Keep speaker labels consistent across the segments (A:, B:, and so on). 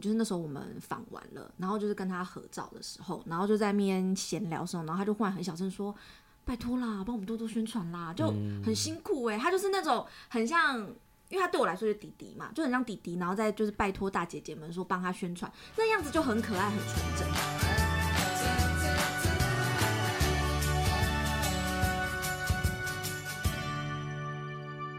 A: 就是那时候我们访完了，然后就是跟他合照的时候，然后就在那边闲聊的时候，然后他就忽然很小声说：“拜托啦，帮我们多多宣传啦，就
B: 嗯
A: 很辛苦哎、他就是那种很像，因为他对我来说就是弟弟嘛，就很像弟弟，然后再就是拜托大姐姐们说帮他宣传，那样子就很可爱很纯真。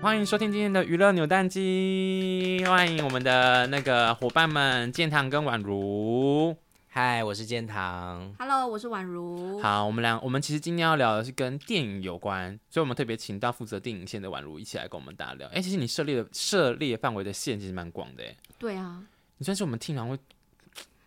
B: 欢迎收听今天的娱乐扭蛋机，欢迎我们的那个伙伴们建堂跟宛如。
C: 嗨，我是建堂。
A: Hello，我是宛如。
B: 好，我们俩，我们其实今天要聊的是跟电影有关，所以我们特别请到负责电影线的宛如一起来跟我们大家聊。哎、其实你涉猎的涉猎范围的线其实蛮广的，哎，
A: 对啊，你
B: 你算是我们听然会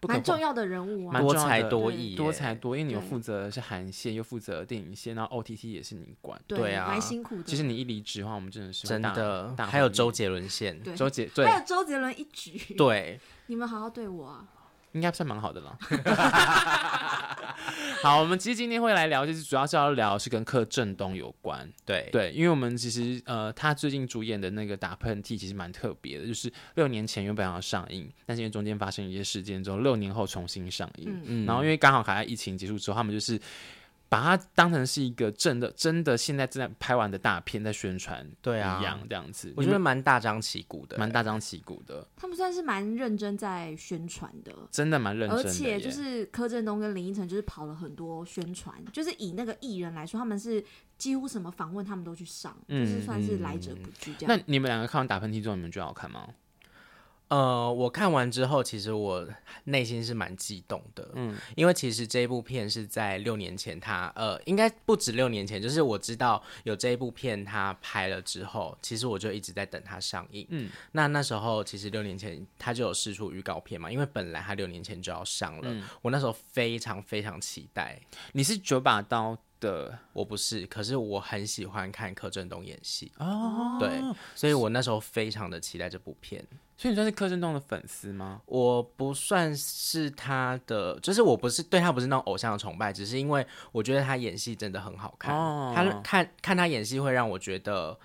B: 不可
A: 蛮重
B: 或
A: 要的人物啊
B: 蛮。
C: 多
B: 重要
C: 才
B: 的嗯
C: 多艺耶，
B: 多才多艺，因为你有
A: 对
B: 负责是韩线，又负责电影线，然后 OTT 也是你管。
A: 对
C: 对啊
A: 蛮辛苦的。
B: 其实你一离职的话，我们真的是会
C: 真
B: 大
C: 的，
B: 大
C: 还有
B: 怀疑
C: 周杰伦线，
A: 对
B: 周杰对
A: 还有周杰伦一局，
C: 对，
A: 你们好好对我啊。
B: 应该算蛮好的了。 好，我们其实今天会来聊，就是主要是要聊是跟柯震东有关。
C: 对，
B: 对，因为我们其实呃，他最近主演的那个打喷嚏其实蛮特别的，就是六年前原本要上映，但是因为中间发生一些事件之后，六年后重新上映。
A: 嗯，
C: 嗯
B: 然后因为刚好卡在疫情结束之后，他们就是把它当成是一个真的真的现在正在拍完的大片在宣传，
C: 对啊
B: 一样这样子，
C: 我觉得蛮大张旗鼓的，
B: 蛮大张旗鼓的，
A: 他们算是蛮认真在宣传的。
B: 真的蛮认真
A: 而
B: 的
A: 且
B: 耶，
A: 就是柯震东跟林依晨就是跑了很多宣传，就是以那个艺人来说，他们是几乎什么访问他们都去上，
B: 嗯
A: 就是算是来者不拒这样。
B: 那你们两个看完打喷嚏之后，你们觉得好看吗？
C: 呃，我看完之后，其实我内心是蛮激动的，嗯，因为其实这一部片是在六年前他，呃，应该不止六年前，就是我知道有这一部片他拍了之后，其实我就一直在等它上映，嗯，那那时候其实六年前他就有试出预告片嘛，因为本来他六年前就要上了，我那时候非常非常期待，
B: 你是九把刀的
C: 我不是，可是我很喜欢看柯震东演戏，
B: 哦，
C: 对，所以我那时候非常的期待这部片。
B: 所以你算是柯震东的粉丝吗？
C: 我不算是他的，就是我不是对他不是那种偶像的崇拜，只是因为我觉得他演戏真的很好看。
B: 哦
C: 他看看他演戏会让我觉得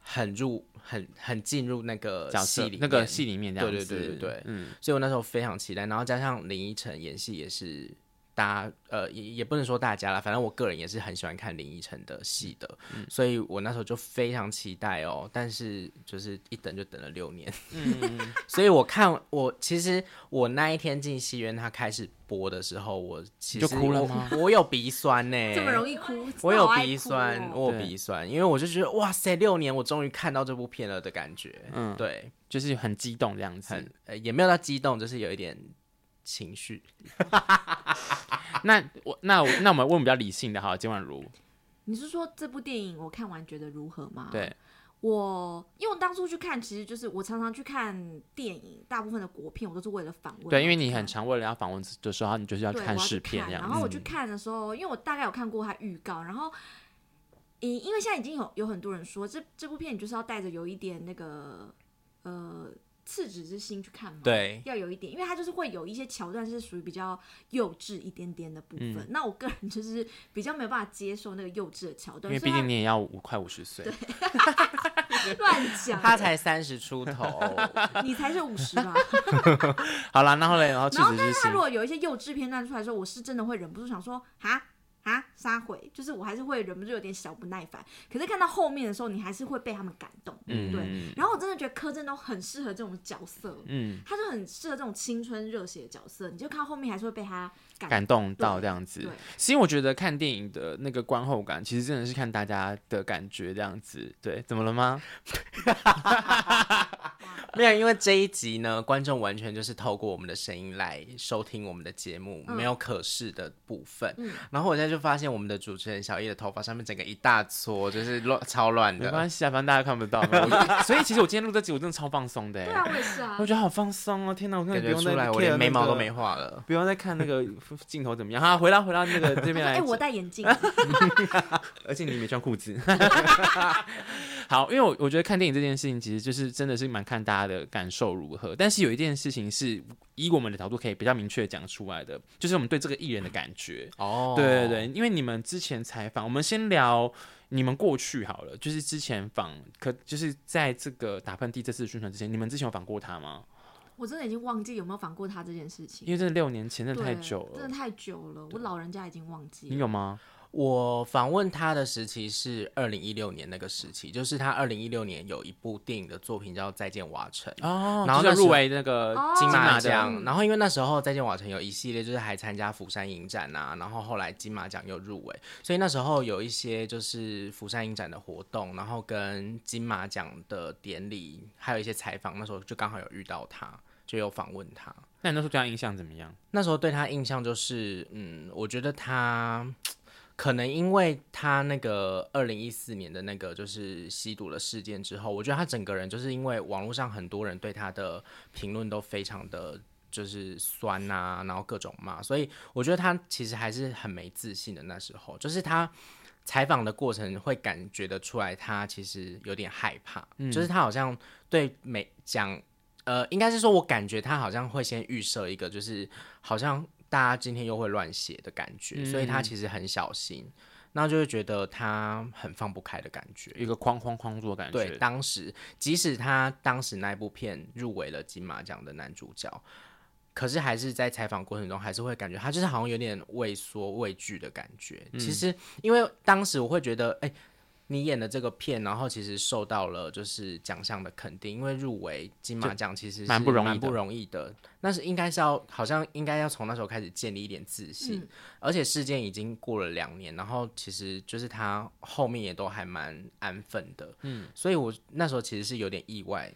C: 很入、很很进入那个
B: 角
C: 戏
B: 色
C: 里面
B: 那个戏里面这样
C: 对
B: 子，
C: 对对对对，
B: 嗯，
C: 所以我那时候非常期待。然后加上林依晨演戏也是大家呃也也不能说大家啦，反正我个人也是很喜欢看林依晨的戏的，
B: 嗯
C: 所以我那时候就非常期待哦。但是就是一等就等了六年，
B: 嗯
C: 所以我看我其实我那一天进戏院，他开始播的时候，我其实
B: 你就哭了吗
C: 我？我有鼻酸呢、
A: 这么容易哭，
B: 哎
C: 我有
A: 好爱
C: 鼻
A: 哭
C: 酸，
A: 哦
C: 我有
B: 对
C: 鼻酸，因为我就觉得哇塞，六年我终于看到这部片了的感觉，嗯，对，
B: 就是很激动这样子
C: 很。呃也没有到激动，就是有一点情绪。
B: 那我那我那我们问比较理性的哈，金婉如，
A: 你是说这部电影我看完觉得如何吗？
B: 对，
A: 我因为我当初去看，其实就是我常常去看电影，大部分的国片我都是为了访问。
B: 对，因为你很
A: 长。
B: 常为了要访问的时候，你就是要
A: 对，
B: 看
A: 我要去
B: 试片这
A: 看
B: 样嗯
A: 然
B: 子。
A: 后我去看的时候，因为我大概有看过他预告，然后，因因为现在已经有有很多人说这这部片你就是要带着有一点那个呃赤子之心去看嘛，，
C: 对，
A: 要有一点，因为它就是会有一些桥段是属于比较幼稚一点点的部分。
B: 嗯
A: 那我个人就是比较没有办法接受那个幼稚的桥
B: 因
A: 段，
B: 为
A: 所以
B: 毕竟你也要五快五十岁，
A: 他乱讲，
C: 他才三十出 头，
A: 你才是五十吧。
B: 好啦，然后嘞，然后赤
A: 然后
B: 子之
A: 他
B: 心
A: 如，果有一些幼稚片段出来的时候，我是真的会忍不住想说啊啊撒回，就是我还是会忍不住有点小不耐烦。可是看到后面的时候，你还是会被他们感动，
B: 嗯
A: 对。然后我真的觉得柯震东很适合这种角色，
B: 嗯，
A: 他就很适合这种青春热血的角色，你就看后面还是会被他感
B: 感动到
A: 对
B: 这样子
A: 对。
B: 其实我觉得看电影的那个观后感，其实真的是看大家的感觉这样子。对，怎么了吗？
C: 没有，因为这一集呢，观众完全就是透过我们的声音来收听我们的节目，
A: 嗯
C: 没有可视的部分。然后我现在就发现我们的主持人小叶的头发上面整个一大撮，就是乱超乱
B: 没
C: 的。
B: 关系啊，反正大家看不到嘛。 我所以其实我今天录这集，我真的超放松的欸。
A: 对啊，我也是啊
B: 我。觉得好放松哦！天哪，我根
C: 感
B: 本不
C: 觉
B: 用
C: 出
B: 再
C: 来，我
B: care
C: 连眉
B: 那
C: 毛都
B: 个
C: 没画了。
B: 不要再看那 个镜头怎么样。好，回到回到那个
A: 他
B: 这边
A: 说：“
B: 来
A: 哎、
B: 讲，
A: 我戴眼镜，
B: 而且你没穿 裤子。 好，因为我我觉得看电影这件事情，其实就是真的是蛮看大家的感受如何。但是有一件事情是以我们的角度可以比较明确地讲出来的，就是我们对这个艺人的感觉。
C: 哦
B: 对对对，因为你们之前采访，我们先聊你们过去好了，就是之前访，可就是在这个打喷嚏这次宣传之前，你们之前有访过他吗？
A: 我真的已经忘记有没有烦过他这件事情
B: 因，为真的六年前，真的
A: 对
B: 太久
A: 真的
B: 了。
A: 太久了，我老人家已经忘记
B: 你
A: 了。
B: 有吗？
C: 我访问他的时期是二零一六年那个时期，就是他二零一六年有一部电影的作品叫《再见瓦城》。
B: 哦
C: 然后那时候
B: 入围那个
A: 哦
B: 金
C: 金
B: 马
C: 马
B: 奖，
C: 奖，然后因为那时候《再见瓦城》有一系列，就是还参加釜山影展啊，然后后来金马奖又入围，所以那时候有一些就是釜山影展的活动，然后跟金马奖的典礼，还有一些采访，那时候就刚好有遇到他，就有访问他。
B: 那你那时候对他印象怎么样？
C: 那时候对他印象就是，嗯，我觉得他嗯可能因为他那个二零一四年的那个就是吸毒的事件之后，我觉得他整个人就是因为网络上很多人对他的评论都非常的。就是酸啊，然后各种骂，所以我觉得他其实还是很没自信的。那时候，就是他采访的过程会感觉得出来，他其实有点害怕，就是他好像对每讲，呃，应该是说我感觉他好像会先预设一个，就是好像大家今天又会乱写的感觉，所以他其实很小心，那就会觉得他很放不开的感觉。
B: 有一个框框框住的感
C: 对，
B: 觉。
C: 当时即使他当时那部片入围了金马奖的男主角，可是还是在采访过程中，还是会感觉他就是好像有点畏缩、畏惧的感觉。
B: 嗯
C: 其实，因为当时我会觉得，哎、你演的这个片，然后其实受到了就是奖项的肯定，因为入围金马奖其实是
B: 蛮不容易的
C: 蛮不容易的。那是应该是要，好像应该要从那时候开始建立一点自信。而且事件已经过了两年，然后其实就是他后面也都还蛮安分的，嗯，所以我那时候其实是有点意外，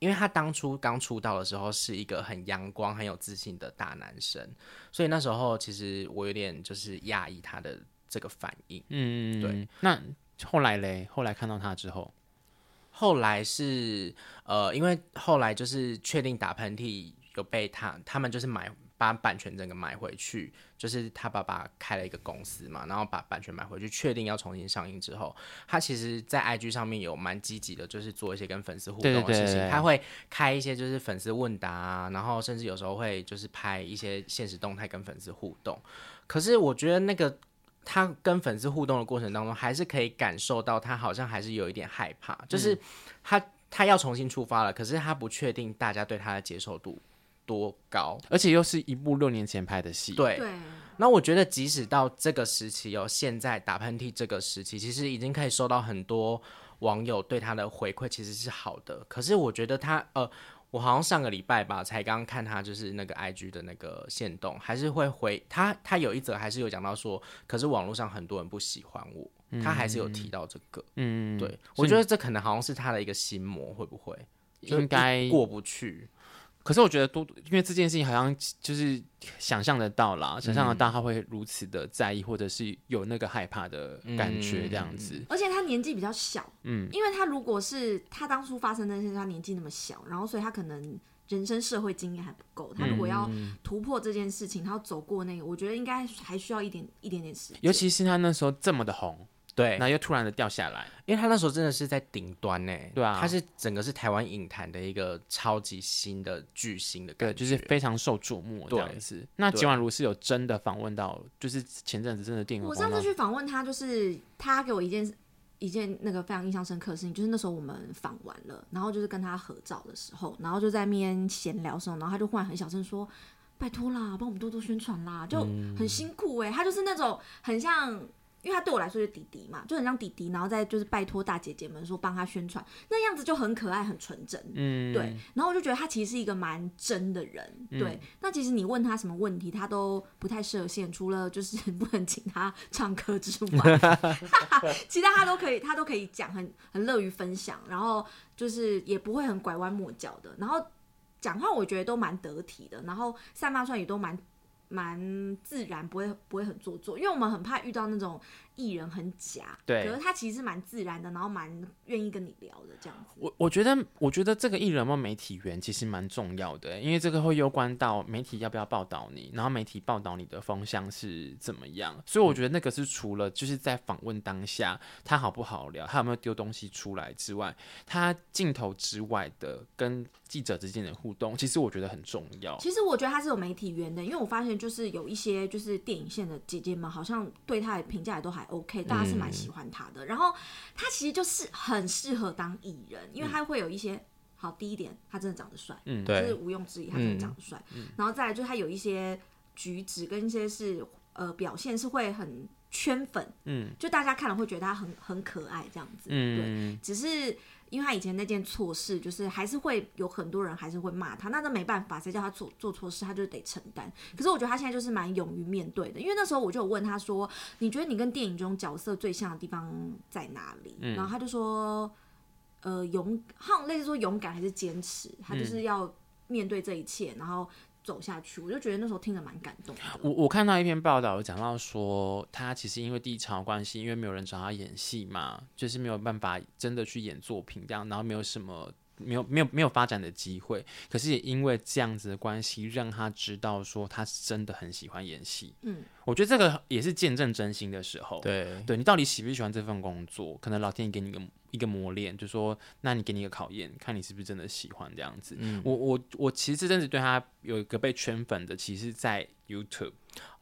C: 因为他当初刚出道的时候是一个很阳光、很有自信的大男生，所以那时候其实我有点就是讶异他的这个反应。
B: 嗯，
C: 对。
B: 那后来嘞，后来看到他之后，
C: 后来是呃，因为后来就是确定打喷嚏有被他他们就是买把版权整个买回去，就是他爸爸开了一个公司嘛，然后把版权买回去，确定要重新上映之后，他其实在 IG 上面有蛮积极的，就是做一些跟粉丝互动的
B: 对对对
C: 事情，
B: 对
C: 他会开一些就是粉丝问答、啊，然后甚至有时候会就是拍一些现实动态跟粉丝互动。可是我觉得那个他跟粉丝互动的过程当中，还是可以感受到他好像还是有一点害怕，就是他、他要重新出发了，可是他不确定大家对他的接受度多高。
B: 而且又是一部六年前拍的戏，
C: 对，
A: 对，
C: 那我觉得即使到这个时期哦，现在打喷嚏这个时期，其实已经可以收到很多网友对他的回馈，其实是好的。可是我觉得他呃。我好像上个礼拜吧，才刚看他就是那个 I G 的那个线动，还是会回他。他有一则还是有讲到说，可是网络上很多人不喜欢我，他还是有提到这个。
B: 嗯，
C: 对，我觉得这可能好像是他的一个心魔，会不会
B: 应该
C: 就过不去？
B: 可是我觉得多，因为这件事情好像就是想象得到
C: 嗯
B: 啦，想象得到他会如此的在意，或者是有那个害怕的感觉
C: 嗯
B: 这样子。
A: 而且他年纪比较小，嗯，因为他如果是他当初发生这件事，他年纪那么小，然后所以他可能人生社会经验还不够，他如果要突破这件事情，他要走过那个，我觉得应该还需要一点一点点时间。
B: 尤其是他那时候这么的红，
C: 对，
B: 然后又突然的掉下来，
C: 因为他那时候真的是在顶端呢，
B: 对啊
C: 他是整个是台湾影坛的一个超级新的巨星的感
B: 对，
C: 觉，
B: 就是非常受注目这样子。那
C: 对
B: 今晚如是有真的访问到，就是前阵子真的电影
A: 我
B: 有
A: 上
B: 访
A: 次
B: 问到
A: 去访问他，就是他给我一件一件那个非常印象深刻的事情，就是那时候我们访完了，然后就是跟他合照的时候，然后就在那边闲聊的时候，然后他就忽然很小声说。拜托啦，帮我们多多宣传啦，就很辛苦哎、他就是那种很像，因为他对我来说就是弟弟嘛，就很像弟弟，然后再就是拜托大姐姐们说帮他宣传，那样子就很可爱，很纯真。
B: 嗯，
A: 对，然后我就觉得他其实是一个蛮真的人，
B: 嗯
A: 对。那其实你问他什么问题，他都不太设限，除了就是 不能请他唱歌之 外，其他他都可以，他都可以讲，很很乐于分享，然后就是也不会很拐弯抹角的，然后讲话我觉得都蛮得体的，然后散发出来也都蛮。蛮自然，不会不会很做作，因为我们很怕遇到那种艺人很假，
B: 对
A: 可是他其实蛮自然的，然后蛮愿意跟你聊的这样子。
B: 我我觉得，我觉得这个艺人或媒体缘其实蛮重要的欸，因为这个会攸关到媒体要不要报道你，然后媒体报道你的风向是怎么样。所以我觉得那个是除了就是在访问当下他好不好聊，他有没有丢东西出来之外，他镜头之外的跟记者之间的互动，其实我觉得很重要。
A: 其实我觉得他是有媒体缘的，因为我发现就是有一些就是电影线的姐姐们，好像对他的评价也都还
B: 嗯
A: OK，大家是蛮喜欢他的。然后他其实就是很适合当艺人，因为他会有一些好，第一点，他真的长得帅，
B: 嗯
A: 这
C: 对
A: 是毋庸置疑，他真的长得帅。然后再来就是他有一些举止跟一些是呃表现是会很圈粉，
B: 嗯
A: 就大家看了会觉得他很很可爱这样子，对。
B: 嗯，
A: 只是因为他以前那件错事，就是还是会有很多人还是会骂他，那这没办法，谁叫他做做错事，他就得承担。可是我觉得他现在就是蛮勇于面对的，因为那时候我就有问他说，你觉得你跟电影中角色最像的地方在哪里？然后他就说，呃，勇，好像类似说勇敢还是坚持，他就是要面对这一切，然后走下去。我就觉得那时候听着蛮感动的。
B: 我我看到一篇报道，有讲到说他其实因为低潮关系，因为没有人找他演戏嘛，就是没有办法真的去演作品这样，然后没有什么。没有没有没有发展的机会，可是也因为这样子的关系，让他知道说他是真的很喜欢演戏。
A: 嗯，
B: 我觉得这个也是见证真心的时候。
C: 对
B: 对你到底喜不喜欢这份工作？可能老天爷给你一个一个磨练，就说那你给你一个考验，看你是不是真的喜欢这样子。
C: 嗯
B: 我我我其实真的对他有一个被圈粉的，其实在 YouTube，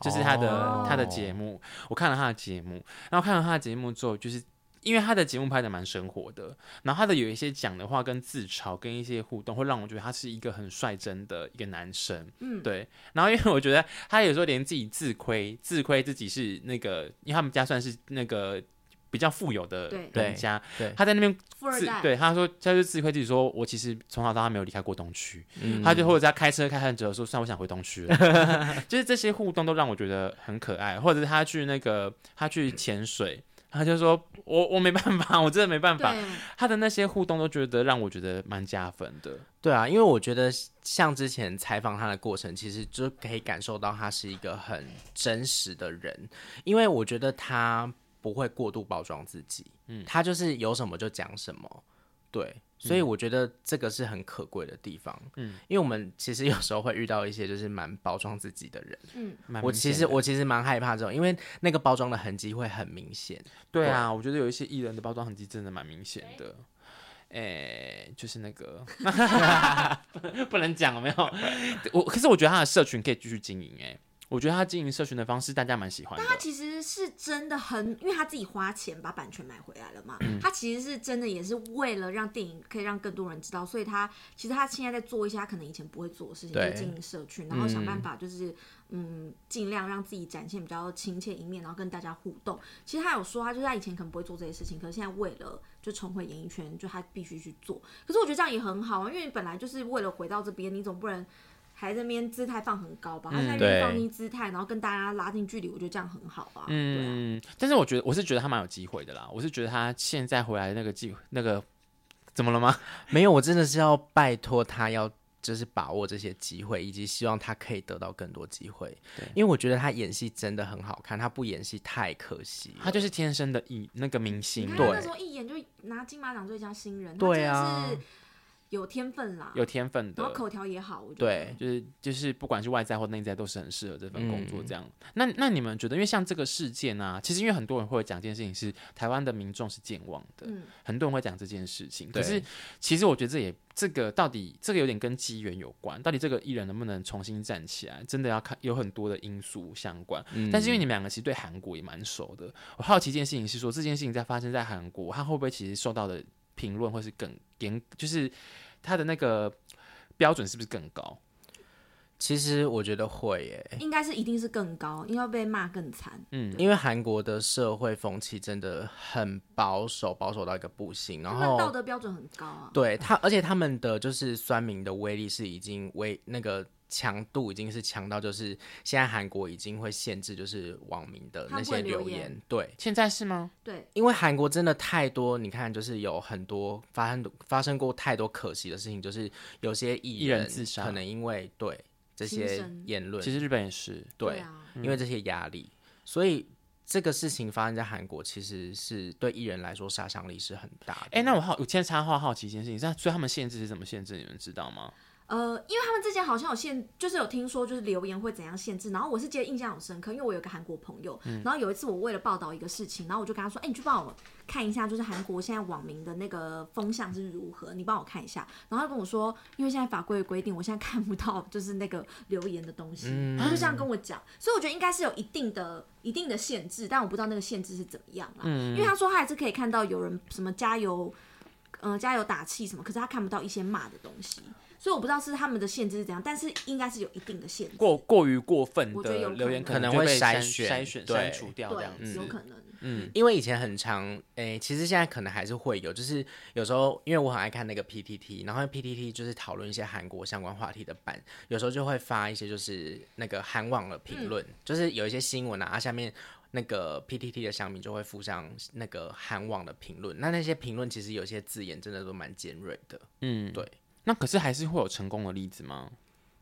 B: 就是他的、
C: 哦
B: 他的节目，我看了他的节目，然后看了他的节目之后，就是。因为他的节目拍的蛮生活的，然后他的有一些讲的话跟自嘲跟一些互动，会让我觉得他是一个很率真的一个男生。
A: 嗯
B: 对。然后因为我觉得他有时候连自己自亏，自亏自己是那个，因为他们家算是那个比较富有的
A: 对
B: 人家，
C: 对对
B: 他在那边
A: 富二
B: 自
A: 代，
B: 对他说，他就自亏自己说，我其实从小到大没有离开过东区，
C: 嗯
B: 他就或者他开车开很久的时候，算我想回东区了， 就是这些互动都让我觉得很可爱，或者是他去那个他去潜水。他就说：“我我没办法，我真的没办法。”
A: 对，
B: 他的那些互动都觉得让我觉得蛮加分的。
C: 对啊，因为我觉得像之前采访他的过程，其实就可以感受到他是一个很真实的人，因为我觉得他不会过度包装自己，嗯，他就是有什么就讲什么，对，所以
B: 嗯
C: 我觉得这个是很可贵的地方，嗯，因为我们其实有时候会遇到一些就是蛮包装自己的人，
A: 嗯，
B: 蛮
C: 我
B: 明
C: 其
B: 显
C: 实
B: 的
C: 我其实蛮害怕这种，因为那个包装的痕迹会很明显，
B: 对啊，我觉得有一些艺人的包装痕迹真的蛮明显的。诶、就是那个 不能讲，没 有我。可是我觉得他的社群可以继续经营。哎，我觉得他经营社群的方式大家蛮喜欢的。
A: 他其实是真的很，因为他自己花钱把版权买回来了嘛，他其实是真的也是为了让电影可以让更多人知道，所以他其实他现在在做一些他可能以前不会做的事情，就
C: 对
A: 是经营社群，然后想办法就是嗯，尽量让自己展现比较亲切一面，然后跟大家互动。其实他有说，他就是他以前可能不会做这些事情，可是现在为了就重回演艺圈，就他必须去做。可是我觉得这样也很好啊，因为你本来就是为了回到这边，你总不能。还在那边姿态放很高吧，他现在愿意
C: 对
A: 放低姿态，然后跟大家拉近距离，我觉得这样很好啊。对啊，
B: 嗯，但是我觉得我是觉得他蛮有机会的啦。我是觉得他现在回来的那个机那个怎么了吗？
C: 没有，我真的是要拜托他要。就是把握这些机会，以及希望他可以得到更多机会。因为我觉得他演戏真的很好看，他不演戏太可惜了。
B: 他就是天生的艺那个明
A: 啊你
B: 星，
A: 看他
C: 嗯对
A: 那时候一眼就拿金马奖最佳新人，他
C: 对
A: 真
C: 啊
A: 的是有天分啦，
B: 有天分的，
A: 然后口条也好，我觉得
C: 对，
B: 就是就是不管是外在或内在，都是很适合这份工作这样。那那你们觉得，因为像这个事件啊，其实因为很多人会讲一件事情是台湾的民众是健忘的，
A: 嗯
B: 很多人会讲这件事情。可
C: 对
B: 是其实我觉得这也这个到底这个有点跟机缘有关，到底这个艺人能不能重新站起来，真的要看有很多的因素相关。
C: 嗯
B: 但是因为你们两个其实对韩国也蛮熟的，我好奇一件事情是说，这件事情在发生在韩国，它会不会其实受到的评论会是更严，就是它的那个标准是不是更高？
C: 其实我觉得会耶，
A: 应该是一定是更高，因为要被骂更惨。
B: 嗯
C: 因为韩国的社会风气真的很保守，保守到一个不行。然
A: 他们道
C: 后
A: 德标准很高啊。
C: 对他，而且他们的就是酸民的威力是已经威那个强度已经是强到，就是现在韩国已经会限制就是网民的
A: 他
C: 那
A: 不
C: 些
A: 能留
C: 留
A: 言
C: 言对，
B: 现在是吗？
A: 对，
C: 因为韩国真的太多，你看，就是有很多发生发生过太多可惜的事情，就是有些艺
B: 艺人
C: 人
B: 自杀
C: 可能因为对这
A: 轻
C: 些
A: 生
C: 言论，
B: 其实日本也是，
C: 对，
A: 啊，
C: 因为这些压力，所以这个事情发生在韩国，其实是对艺人来说杀伤力是很大的。
B: 哎、那我好，我现在插话好奇一件事情，那所以他们限制是怎么限制？你们知道吗？
A: 呃，因为他们之前好像有限，就是有听说就是留言会怎样限制，然后我是记得印象很深刻，因为我有个韩国朋友，
C: 嗯
A: 然后有一次我为了报道一个事情，然后我就跟他说，哎、你去帮我看一下，就是韩国现在网民的那个风向是如何，你帮我看一下，然后他跟我说，因为现在法规规定，我现在看不到就是那个留言的东西，
B: 嗯
A: 他就这样跟我讲，所以我觉得应该是有一定的一定的限
B: 嗯
A: 制，但我不知道那个限制是怎么样啦，因为他说他还是可以看到有人什么加油。呃加油打气什么，可是他看不到一些骂的东西，所以我不知道是他们的限制是怎样，但是应该是有一定的限制。
B: 过过于过分
A: 我觉得有
B: 的
A: 可
B: 留言
A: 能
B: 能
C: 可能
B: 会
C: 会
B: 被
C: 筛
B: 删
C: 选
B: 筛选、
C: 对
B: 删除掉这样
A: 对，
B: 子
A: 有。可能。
B: 嗯，
C: 因为以前很常，诶、其实现在可能还是会有，就是有时候因为我很爱看那个 PTT，然后 PTT 就是讨论一些韩国相关话题的版，有时候就会发一些就是那个韩网的评论，就是有一些新闻啊，啊下面那个 PTT 的乡民就会附上那个韩网的评论，那那些评论其实有些字眼真的都蛮尖锐的，
B: 嗯那可是还是会有成功的例子吗？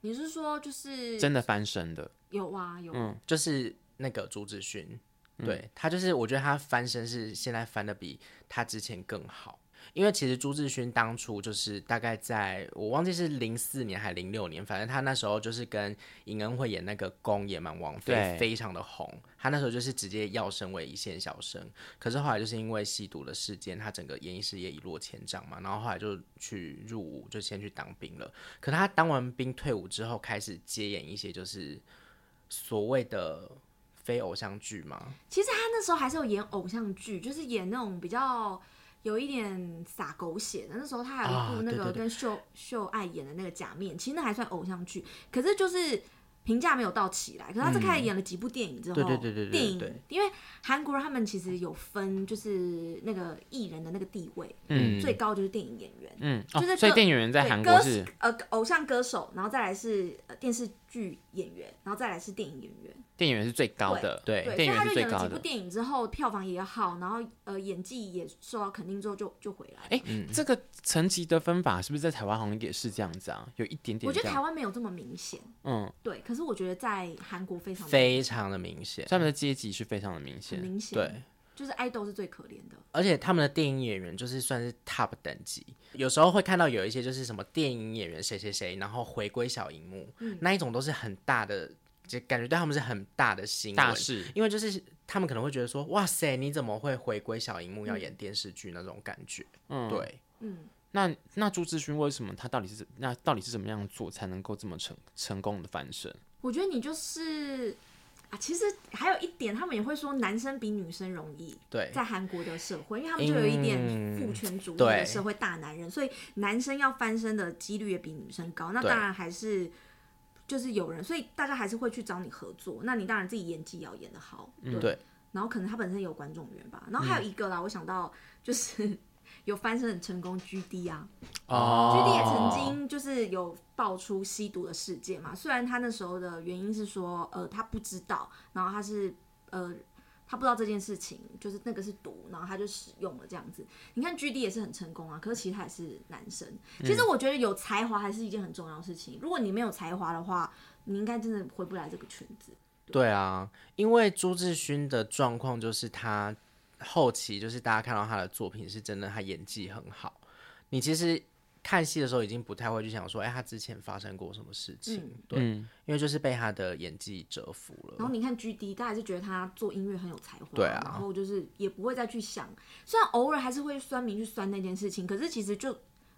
A: 你是说就是
B: 真的翻身的，
A: 有啊有啊
C: 就是那个朱志勋，对、他就是，我觉得他翻身是现在翻的比他之前更好，因为其实朱志勋当初就是大概在我忘记是零四年还零六年，反正他那时候就是跟尹恩惠演那个《宫野蛮王妃
B: 对》
C: 非常的红，他那时候就是直接要升为一线小生，可是后来就是因为吸毒的事件，他整个演艺事业一落千丈嘛，然后后来就去入伍，就先去当兵了。可他当完兵退伍之后，开始接演一些就是所谓的非偶像剧嘛，
A: 其实他那时候还是有演偶像剧，就是演那种比较有一点撒狗血的。那时候他还有一部
C: 啊
A: 那
C: 对
A: 个
C: 对对
A: 跟秀、秀爱演的那个假面，其实那还算偶像剧，可是就是评价没有到起来。可是他这开始演了几部电影之后，
C: 嗯对对对对对
A: 电影
C: 对
A: 因为韩国人他们其实有分就是那个艺人的那个地位，
B: 嗯
A: 最高就是电影演员。
B: 嗯，
A: 就是
B: 哦、
A: 各
B: 所以电影人在
A: 对
B: 韩
A: 歌
B: 国是
A: 呃偶像歌手，然后再来是、呃、电视剧演员，然后再来是电影演员。
B: 电影人是最高的，
C: 对
A: 对，所
B: 电
A: 以
B: 影
A: 他
B: 人
A: 就是
B: 最
A: 演了
B: 高
A: 几部
B: 的。
A: 电影之后，票房也好，然后呃演技也受到肯定之后就就回来了。
B: 哎、
C: 嗯
B: 这个层级的分法是不是在台湾好像也是这样子啊？有一点点
A: 我觉
B: 这
A: 得台
B: 样，
A: 湾没有这么明显，
B: 嗯，
A: 对，可是我觉得在韩国非常的
C: 非常的明显。
B: 他们的阶级是非常的明
A: 很
B: 显。
A: 明显，
C: 对，
A: 就是爱豆是最可怜的。
C: 而且他们的电影演员就是算是 top 等级，有时候会看到有一些就是什么电影演员谁谁谁，然后回归小荧幕，
A: 嗯
C: 那一种都是很大的，就感觉对他们是很大的新闻
B: 大事，
C: 因为就是他们可能会觉得说，哇塞，你怎么会回归小荧幕要演电视剧那种感觉？
B: 嗯，。
C: 对，
A: 嗯，
B: 那那朱志勋为什么他到底是那到底是怎么样做才能够这么成成功的翻身？
A: 我觉得你就是啊，其实还有一点，他们也会说男生比女生容易。
C: 对，嗯
A: 在韩国的社会，因为他们就有一点父权主义的
C: 对
A: 社会大男人，所以男生要翻身的几率也比女生高。那
C: 对
A: 当然还是就是有人，所以大家还是会去找你合作。那你当然自己演技也要演得好，对。
C: 嗯对嗯
A: 然后可能他本身有观众缘吧。然后还有一个啦，我想到就是 有翻身很成功 GD 啊、g
C: 哦
A: d 也曾经就是有爆出吸毒的事件嘛。虽然他那时候的原因是说，呃，他不知道，然后他是呃。他不知道这件事情，就是那个是毒，然后他就使用了这样子。你看 G D 也是很成功啊，可是其实他也是男生。其实我觉得有才华还是一件很重要的事情。如果你没有才华的话，你应该真的回不来这个圈子。
C: 对啊，因为朱志勋的状况就是他后期就是大家看到他的作品是真的，他演技很好。你其实看戏的时候已经不太会去想说，哎，他之前发生过什么事情？
A: 嗯哦
C: 对，
B: 嗯
C: 因为就是被他的演技折服
A: 然
C: 了。
A: 后你看 G D，大家是觉得他做音乐很有才华，
C: 对啊
A: 然后就是也不会再去想，虽然偶尔还是会酸民去酸那件事情，可是其实就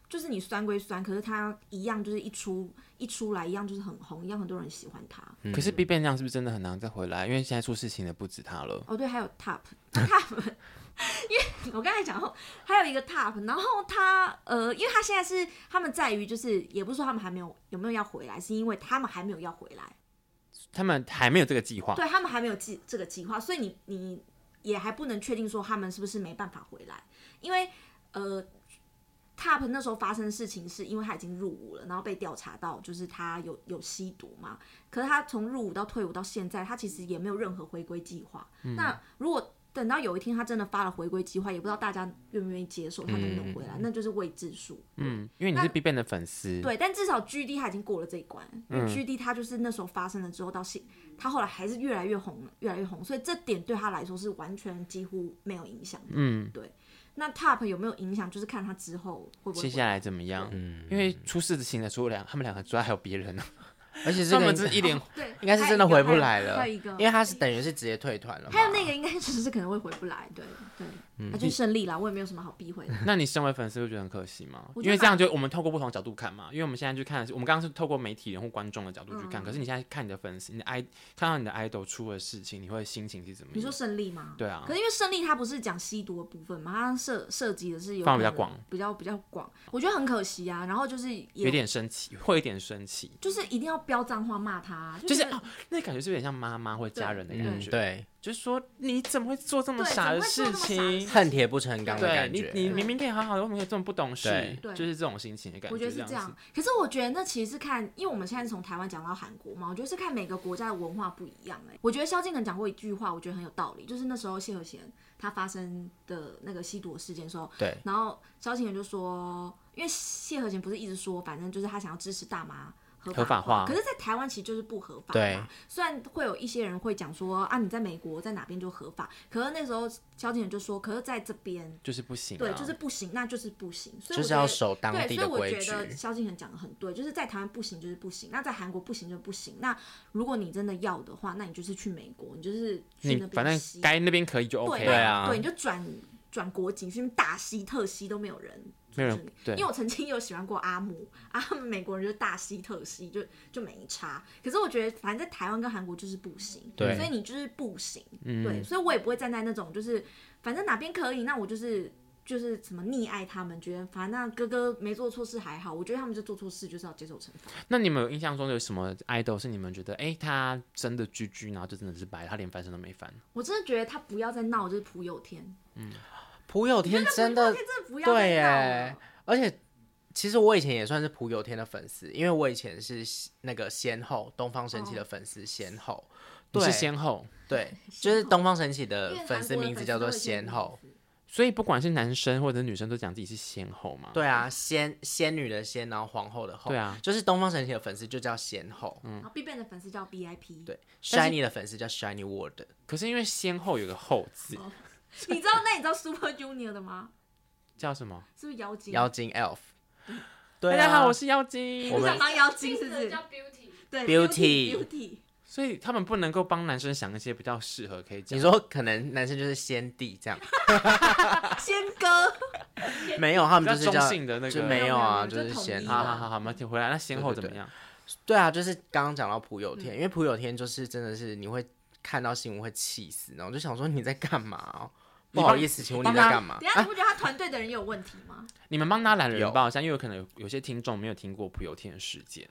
A: 就是你酸归酸，可是他一样就是一出一出来一样就是很红，一样很多人喜欢他。
C: 嗯
B: 可是 BigBang 这样是不是真的很难再回来？因为现在出事情的不止他了。
C: 嗯
A: 哦，对，还有 Top Top，因为我刚才讲后还有一个 Top，然后他呃，因为他现在是他们在于就是也不是说他们还没有有没有要回来，是因为他们还没有要回来。
B: 他们还没有这个计划。
A: 对他们还没有计这个计划，所以你你也还不能确定说他们是不是没办法回来，因为呃，TOP 那时候发生的事情是因为他已经入伍了，然后被调查到就是他有有吸毒嘛，可是他从入伍到退伍到现在，他其实也没有任何回归计划。那如果等到有一天他真的发了回归计划，也不知道大家愿不愿意接受他能不能回来，那就是未知数。
B: 嗯，因为你是 BigBang 的粉丝。
A: 对，但至少 GD 他已经过了这一关，因
B: 嗯
A: 为 GD 他就是那时候发生了之后到现，他后来还是越来越红，越来越红，所以这点对他来说是完全几乎没有影响的。
B: 嗯，
A: 那 TOP 有没有影响，就是看他之后会不
B: 接
A: 会
B: 下来怎
C: 嗯
B: 么样？因为出事情的除了两，他们两个之外还有别人呢、
C: 而且
B: 他
C: 这
B: 们
C: 个
B: 这一脸
A: 对
C: 应该是真的回不
A: 还
C: 来了，
A: 有一个
C: 因为他是等于是直接退团了嘛。
A: 还有那个应该只是可能会回不来，对对，
B: 嗯
A: 那、就胜利啦，我也没有什么好避讳的。
B: 那你身为粉丝会觉得很可惜吗？
A: 我觉得啊
B: 因为这样就我们透过不同角度看嘛，因为我们现在去看，我们刚刚是透过媒体人或观众的角度去看，
A: 嗯
B: 可是你现在看你的粉丝，你的 i 看到你的 idol 出了事情，你会心情是怎么样？
A: 你说胜利吗？
B: 对啊
A: 可是因为胜利它不是讲吸毒的部分嘛，它涉涉及的是有
B: 范围比较
A: 可能
B: 广，
A: 比较比较广，我觉得很可惜啊。然后就是也
B: 有点生气，会有点生气，
A: 就是一定要飙脏话骂他啊，
B: 就是
A: 是
B: 哦，那感觉是有点像妈妈或家人的感
C: 嗯，
B: 觉，
C: 对，
B: 就是说你怎么会做这么
A: 对
B: 傻的
A: 怎么
B: 事
A: 会做这么傻的
B: 情
A: 事？
C: 恨铁不成钢的
B: 对
C: 感
B: 你
C: 觉，，
B: 你明明可以好好的，为什么这么不懂事
C: 对？
A: 对
B: 就是这种心情的感
A: 我觉得是
B: 这
A: 这
B: 样
A: 样
B: 子。，
A: 可是我觉得那其实是看，因为我们现在从台湾讲到韩国嘛，我觉得是看每个国家的文化不一样、欸。哎，我觉得萧敬腾讲过一句话，我觉得很有道理，就是那时候谢和弦他发生的那个吸毒的事件的时候，
C: 对，
A: 然后萧敬腾就说，因为谢和弦不是一直说，反正就是他想要支持大麻。
B: 合
A: 合
B: 法
A: 法
B: 化
A: 可是，在台湾其实就是不合法。
C: 对，
A: 虽然会有一些人会讲说啊，你在美国在哪边就合法，可是那时候萧敬腾就说，可是在这边，
B: 就是不行啊，
A: 对，就是不行，那就是不行。所以
C: 就
A: 我
C: 是
A: 觉
C: 要
A: 得
C: 守当
A: 对，
C: 地
A: 所以
C: 的
A: 我
C: 规
A: 觉得
C: 矩。
A: 萧敬腾讲的很对，就是在台湾不行就是不行，那在韩国不行就不行。那如果你真的要的话，那你就是去美国，你就是去
B: 你
A: 那边
B: 反正
A: 吸，
B: 该那边可以就
A: 对那
B: OK
C: 对
B: 了，
C: 啊
A: 对，你就转转国籍，去那边大吸特吸都没有人阻
B: 没有
A: 止
B: 人
A: 你。
B: 对
A: 因为我曾经有喜欢过阿姆，阿姆美国人就大吸特吸，就就没差。可是我觉得，反正在台湾跟韩国就是不行，
C: 对
A: 所以你就是不行，
B: 嗯
A: 对，所以我也不会站在那种就是反正哪边可以，那我就是就是什么溺爱他们，觉得反正那哥哥没做错事还好，我觉得他们就做错事就是要接受惩罚。
B: 那你们有印象中有什么 idol 是你们觉得，哎、他真的居居，然后就真的是白，他连翻身都没翻？
A: 我真的觉得他不要再闹，就是朴有天，
C: 朴有天真
A: 朴有
C: 的
A: 天真的不要
C: 对
A: 再闹
C: 耶
A: 了。，
C: 而且其实我以前也算是朴有天的粉丝，因为我以前是那个先后东方神起的粉丝先后，
B: 你
C: 对
B: 是先后，
C: 对，就是东方神起的
A: 因为
C: 粉
A: 韩
C: 丝
A: 国的
C: 名字叫做
A: 粉丝都会这
C: 先
A: 个
C: 后，
A: 名字，
B: 所以不管是男生或者女生都讲自己是先后嘛。
C: 对啊，仙仙女的仙，然后皇后的后，
B: 对啊，
C: 就是东方神起的粉丝就叫仙后，
A: 然后 BigBang 的粉丝叫 VIP。
C: 嗯对
B: 但是
C: ，Shiny 的粉丝叫 Shiny World，
B: 可是因为先后有个后字，
A: 哦你知道那你知道 Super Junior 的吗？
B: 叫什么？
A: 是不是妖精？
C: 妖精 Elf，对啊，
B: 大家好，我是妖精。
C: 我
A: 你
C: 们
A: 想当妖精是不
D: 的
A: 是
D: 叫？beauty，
A: 对
C: Beauty
A: Beauty，
B: 所以他们不能够帮男生想一些比较适合可以讲。
C: 你说可能男生就是仙帝这样，
A: 仙哥，
C: 没有，他们
B: 比较
C: 就是
B: 中
C: 叫
B: 性的那
C: 就
B: 个，
C: 没有啊，
A: 没有没有
C: 是
A: 就统一
C: 仙
A: 的
B: 好好好好，我们挺回来。那先后
C: 对
B: 怎
C: 对
B: 么样？
C: 对啊，就是刚刚讲到朴有
A: 嗯
C: 天，因为朴有天就是真的是你会看到新闻会气死，然后就想说你在干嘛、哦？
B: 你
C: 不
B: 帮
C: 好意思，请问你
B: 帮
C: 在
B: 他
C: 干嘛 啊
A: 等？一下你不觉得他团队的人有问题吗？
B: 你们帮他懒人
C: 有
B: 报一下，因为有可能有有些听众没有听过朴有天的事件。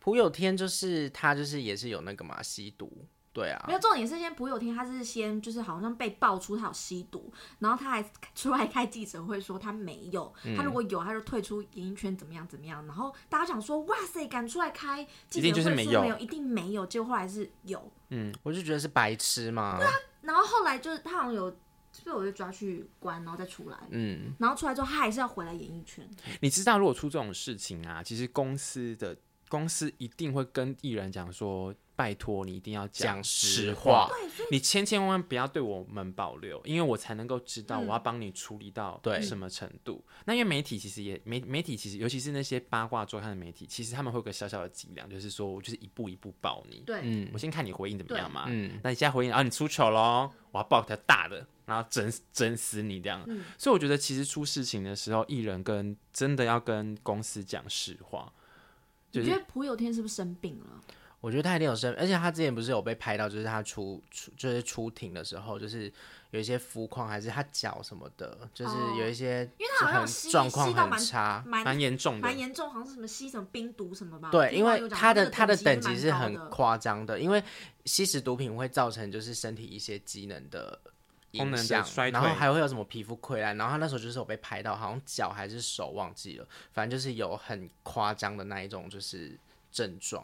C: 朴有天就是他就是也是有那个嘛吸毒，对啊
A: 没，有，重点是先朴有天，他是先就是好像被爆出他有吸毒，然后他还出来开记者会说他没有，
B: 嗯
A: 他如果有他就退出演艺圈怎么样怎么样，然后大家想说哇塞，敢出来开记者
B: 一定
A: 会
B: 就是
A: 说
B: 没
A: 没
B: 有
A: 一定没有，结果后来是有，
C: 我就觉得是白痴嘛，
A: 然后后来就是他好像有，是不是我就抓去关，然后再出来，
C: 嗯，
A: 然后出来之后他还是要回来演艺圈，
B: 你知道，如果出这种事情啊，其实公司的公司一定会跟艺人讲说，拜托你一定要
C: 讲
B: 实
C: 实话，
B: 你千千万万不要对我们保留，因为我才能够知道
A: 嗯
B: 我要帮你处理到
C: 对
B: 什么程度。那因为媒体其实也媒媒体其实，尤其是那些八卦周刊的媒体，其实他们会有个小小的伎俩，就是说我就是一步一步爆你，
A: 对，
C: 嗯
B: 我先看你回应怎么样嘛。
C: 嗯，
B: 那你现在回应，啊，你出糗喽，我要爆条大的，然后整整死你这样。
A: 嗯
B: 所以我觉得，其实出事情的时候，艺人跟真的要跟公司讲实话，就
A: 你觉
B: 是
A: 得朴有天是不是生病了？
C: 我觉得他一定有生，而且他之前不是有被拍到，就是他出出就是出庭的时候，就是有一些肤况还是他脚什么的，就是
A: 哦
C: 有一些
A: 因为他好像有
C: 很
A: 吸
C: 状
A: 吸
C: 况
A: 到
C: 很
A: 蛮
C: 差，
B: 蛮
A: 蛮
B: 严重的
A: 蛮。严重，好像是什么吸什么冰毒什么吧？
C: 对，
A: 听
C: 因
A: 网
C: 为
A: 友讲
C: 他
A: 说
C: 的
A: 那个
C: 他的等
A: 级
C: 级
A: 是
C: 是
A: 蛮
C: 很
A: 高的
C: 夸张的，因为吸食毒品会造成就是身体一些机能的
B: 功
C: 影
B: 能的
C: 响
B: 衰，
C: 然后
B: 退
C: 还会有什么皮肤溃烂，然后他那时候就是有被拍到，好像脚还是手忘记了，反正就是有很夸张的那一种就是症状。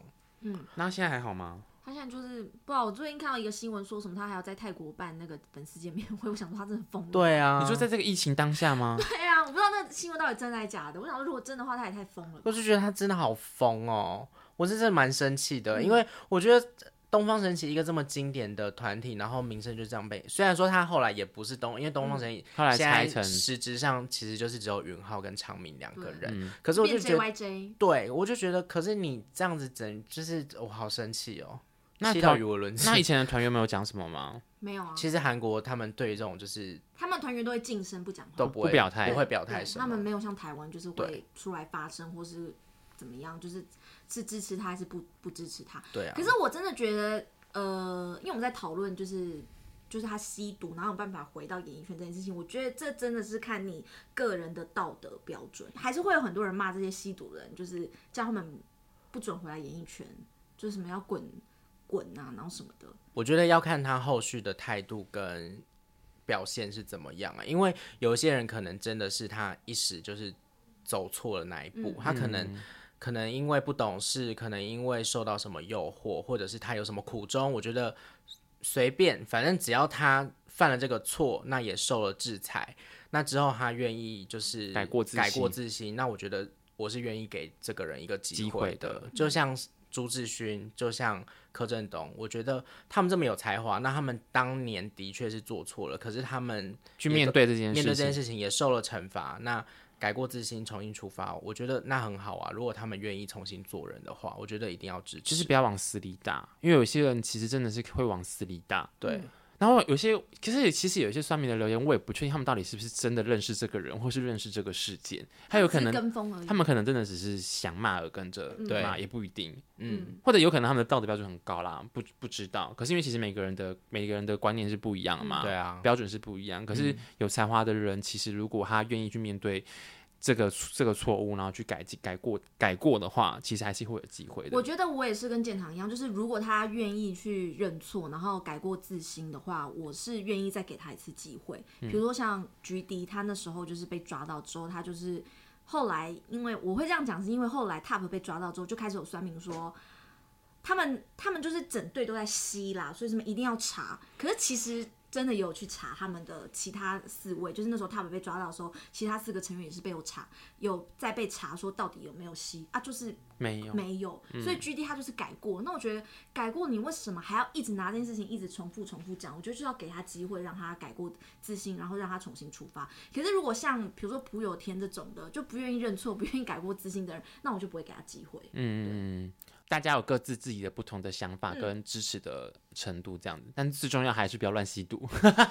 B: 那现在还好吗？
A: 他现在就是不知道，我最近看到一个新闻说什么，他还要在泰国办那个粉丝见面会，我想说他真的疯了。
C: 对啊，
B: 你说在这个疫情当下吗？
A: 对啊，我不知道那个新闻到底真的还是假的。我想说，如果真的话，他也太疯了吧。
C: 我就觉得他真的好疯哦，我是真的蛮生气的，
B: 嗯
C: 因为我觉得。东方神起一个这么经典的团体，然后名声就这样被，虽然说他后来也不是东，因为
B: 嗯
C: 东方神起
B: 后来
C: 现
B: 拆
C: 在
B: 成嗯
C: 实质上其实就是只有允浩跟昌明两个
A: 对
C: 人，可是我就
A: 变
C: 觉得，
A: JYJ，
C: 对我就觉得，可是你这样子整，就是我好生气哦，
B: 那
C: 气到
B: 团
C: 语无伦次
B: 那。以前的团员没有讲什 么吗？
A: 没有啊，
C: 其实韩国他们对于这种就是
A: 他们团员都会晋升不讲话，
C: 都不会
B: 不表态
C: 不会表态
A: 对
C: 什
A: 他们
C: 么。
A: 没有像台湾就是会
C: 对
A: 出来发声或是怎么样，就是是支持他还是不不支持他。
C: 对啊
A: 可，是我真的觉得，呃，因为我们在讨论就是就是他吸毒，然后有办法回到演艺圈这件事情，我觉得这真的是看你个人的道德标准，还是会有很多人骂这些吸毒人，就是叫他们不准回来演艺圈，就是什么要滚滚啊，然后什么的。
C: 我觉得要看他后续的态度跟表现是怎么样啊，因为有些人可能真的是他一时就是走错了那一步，他可能。
B: 嗯
C: 可能因为不懂事，可能因为受到什么诱惑，或者是他有什么苦衷，我觉得随便，反正只要他犯了这个错，那也受了制裁，那之后他愿意就是
B: 改过自新
C: 改过自新，那我觉得我是愿意给这个人一个机会
B: 机
C: 的，
B: 会的
C: 就像朱志勋，就像柯震东，我觉得他们这么有才华，那他们当年的确是做错了，可是他们
B: 去面对这件
C: 面对
B: 事
C: 这件
B: 情，
C: 事情也受了惩罚，那改过自新，重新出发，我觉得那很好啊。如果他们愿意重新做人的话，我觉得一定要支持。
B: 就是不要往死里打，因为有些人其实真的是会往死里打。
C: 对，
B: 然后有些，其实其实有一些酸民的留言，我也不确定他们到底是不是真的认识这个人，或是认识这个事件，他有可
A: 只是
B: 能
A: 跟风而已。
B: 他们可能真的只是想骂而跟着
C: 对
B: 骂，也不一定，
A: 嗯，
B: 或者有可能他们的道德标准很高啦，不不知道。可是因为其实每个人的每个人的观念是不一样
A: 嗯
B: 嘛，
C: 对啊，嗯
B: 标准是不一样。可是有才华的人，其实如果他愿意去面对这个这个错误，然后去改进改过改过的话，其实还是会有机会的。
A: 我觉得我也是跟建堂一样，就是如果他愿意去认错，然后改过自新的话，我是愿意再给他一次机会。比如说像菊迪，他那时候就是被抓到之后，他就是后来，因为我会这样讲，是因为后来 TOP 被抓到之后，就开始有酸民说。他们他们就是整队都在吸啦，所以什么一定要查。可是其实真的有去查他们的其他四位，就是那时候 TOP 被抓到的时候，其他四个成员也是被我查，有在被查说到底有没有吸啊，就是
B: 没有，
A: 没有，所以 G D 他就是改过。那我觉得改过，你为什么还要一直拿这件事情一直重复重复讲？我觉得就是要给他机会，让他改过自新，然后让他重新出发。可是如果像比如说朴有天这种的，就不愿意认错、不愿意改过自新的人，那我就不会给他机会。
B: 嗯，大家有各自自己的不同的想法
A: 嗯
B: 跟支持的程度这样子，但最重要还是不要乱吸毒，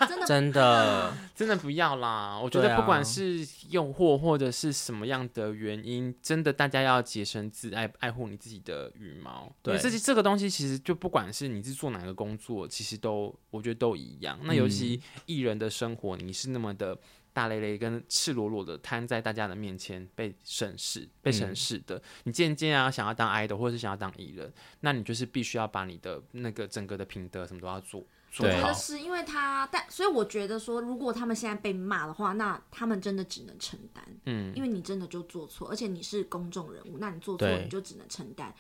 A: 真的，
C: 真的，
B: 真的不要啦！我觉
C: 对
B: 得
C: 啊
B: 不管是诱惑或者是什么样的原因，真的大家要洁身自爱，爱护你自己的羽毛。
C: 对
B: 因为这这个东西其实就不管是你是做哪个工作，其实都我觉得都一样。那尤其
C: 嗯
B: 艺人的生活，你是那么的。大咧咧跟赤裸裸的摊在大家的面前被审视、
C: 嗯
B: 被审视的，你渐渐啊想要当 idol 或者是想要当艺人，那你就是必须要把你的那个整个的品德什么都要做
A: 我
B: 做
A: 觉
C: 对
A: 得
B: 好。
A: 是因为他，但所以我觉得说，如果他们现在被骂的话，那他们真的只能承担。
B: 嗯，
A: 因为你真的就做错，而且你是公众人物，那你做错
C: 对
A: 你就只能承担。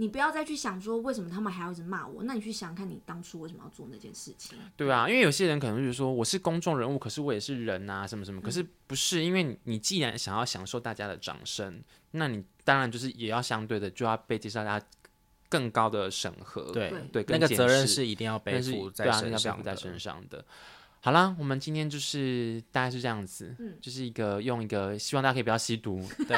A: 你不要再去想说为什么他们还要一直骂我，那你去想想看你当初为什么要做那件事情。
B: 对啊，因为有些人可能就是说我是公众人物，可是我也是人啊，什么什么。可
C: 嗯
B: 是不是，因为你你既然想要享受大家的掌声，那你当然就是也要相对的就要被接受大家更高的审核。
C: 对
B: 对，
C: 那
B: 跟
C: 个
B: 检
C: 责任
B: 视
C: 是一定要背
B: 但是
C: 负在
B: 对啊，那
C: 身
B: 个背
C: 上
B: 负
C: 的
B: 在。身上的。好啦，我们今天就是大概是这样子，
A: 嗯
B: 就是一个用一个希望大家可以不要吸 毒，
C: 对，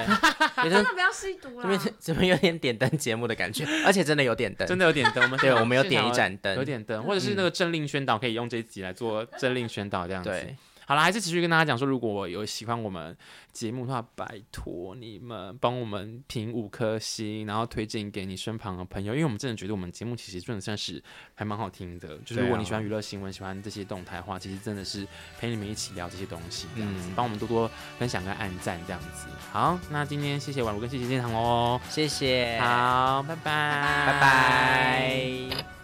C: 也
A: 真
C: 是
A: 的不要吸毒
C: 这
A: 啦！
C: 边这边有点点灯节目的感觉，而且真的有点灯，
B: 真的有点灯，我们
C: 对我们有
B: 现
C: 点
B: 场
C: 一盏灯嗯
B: 有点灯，或者是那个政令宣导可以用这一集来做政令宣导这样子。
C: 对，
B: 好啦，还是持续跟大家讲说，如果有喜欢我们节目的话，拜托你们帮我们评五颗星，然后推荐给你身旁的朋友，因为我们真的觉得我们节目其实真的算是还蛮好听的。就是
C: 对啊
B: 如果你喜欢娱乐新闻，喜欢这些动态的话，其实真的是陪你们一起聊这些东西，这样子，
C: 嗯
B: 帮我们多多分享跟按赞这样子。好，那今天谢谢宛如跟谢谢建堂哦，
C: 谢谢，
B: 好，拜拜，
C: 拜拜。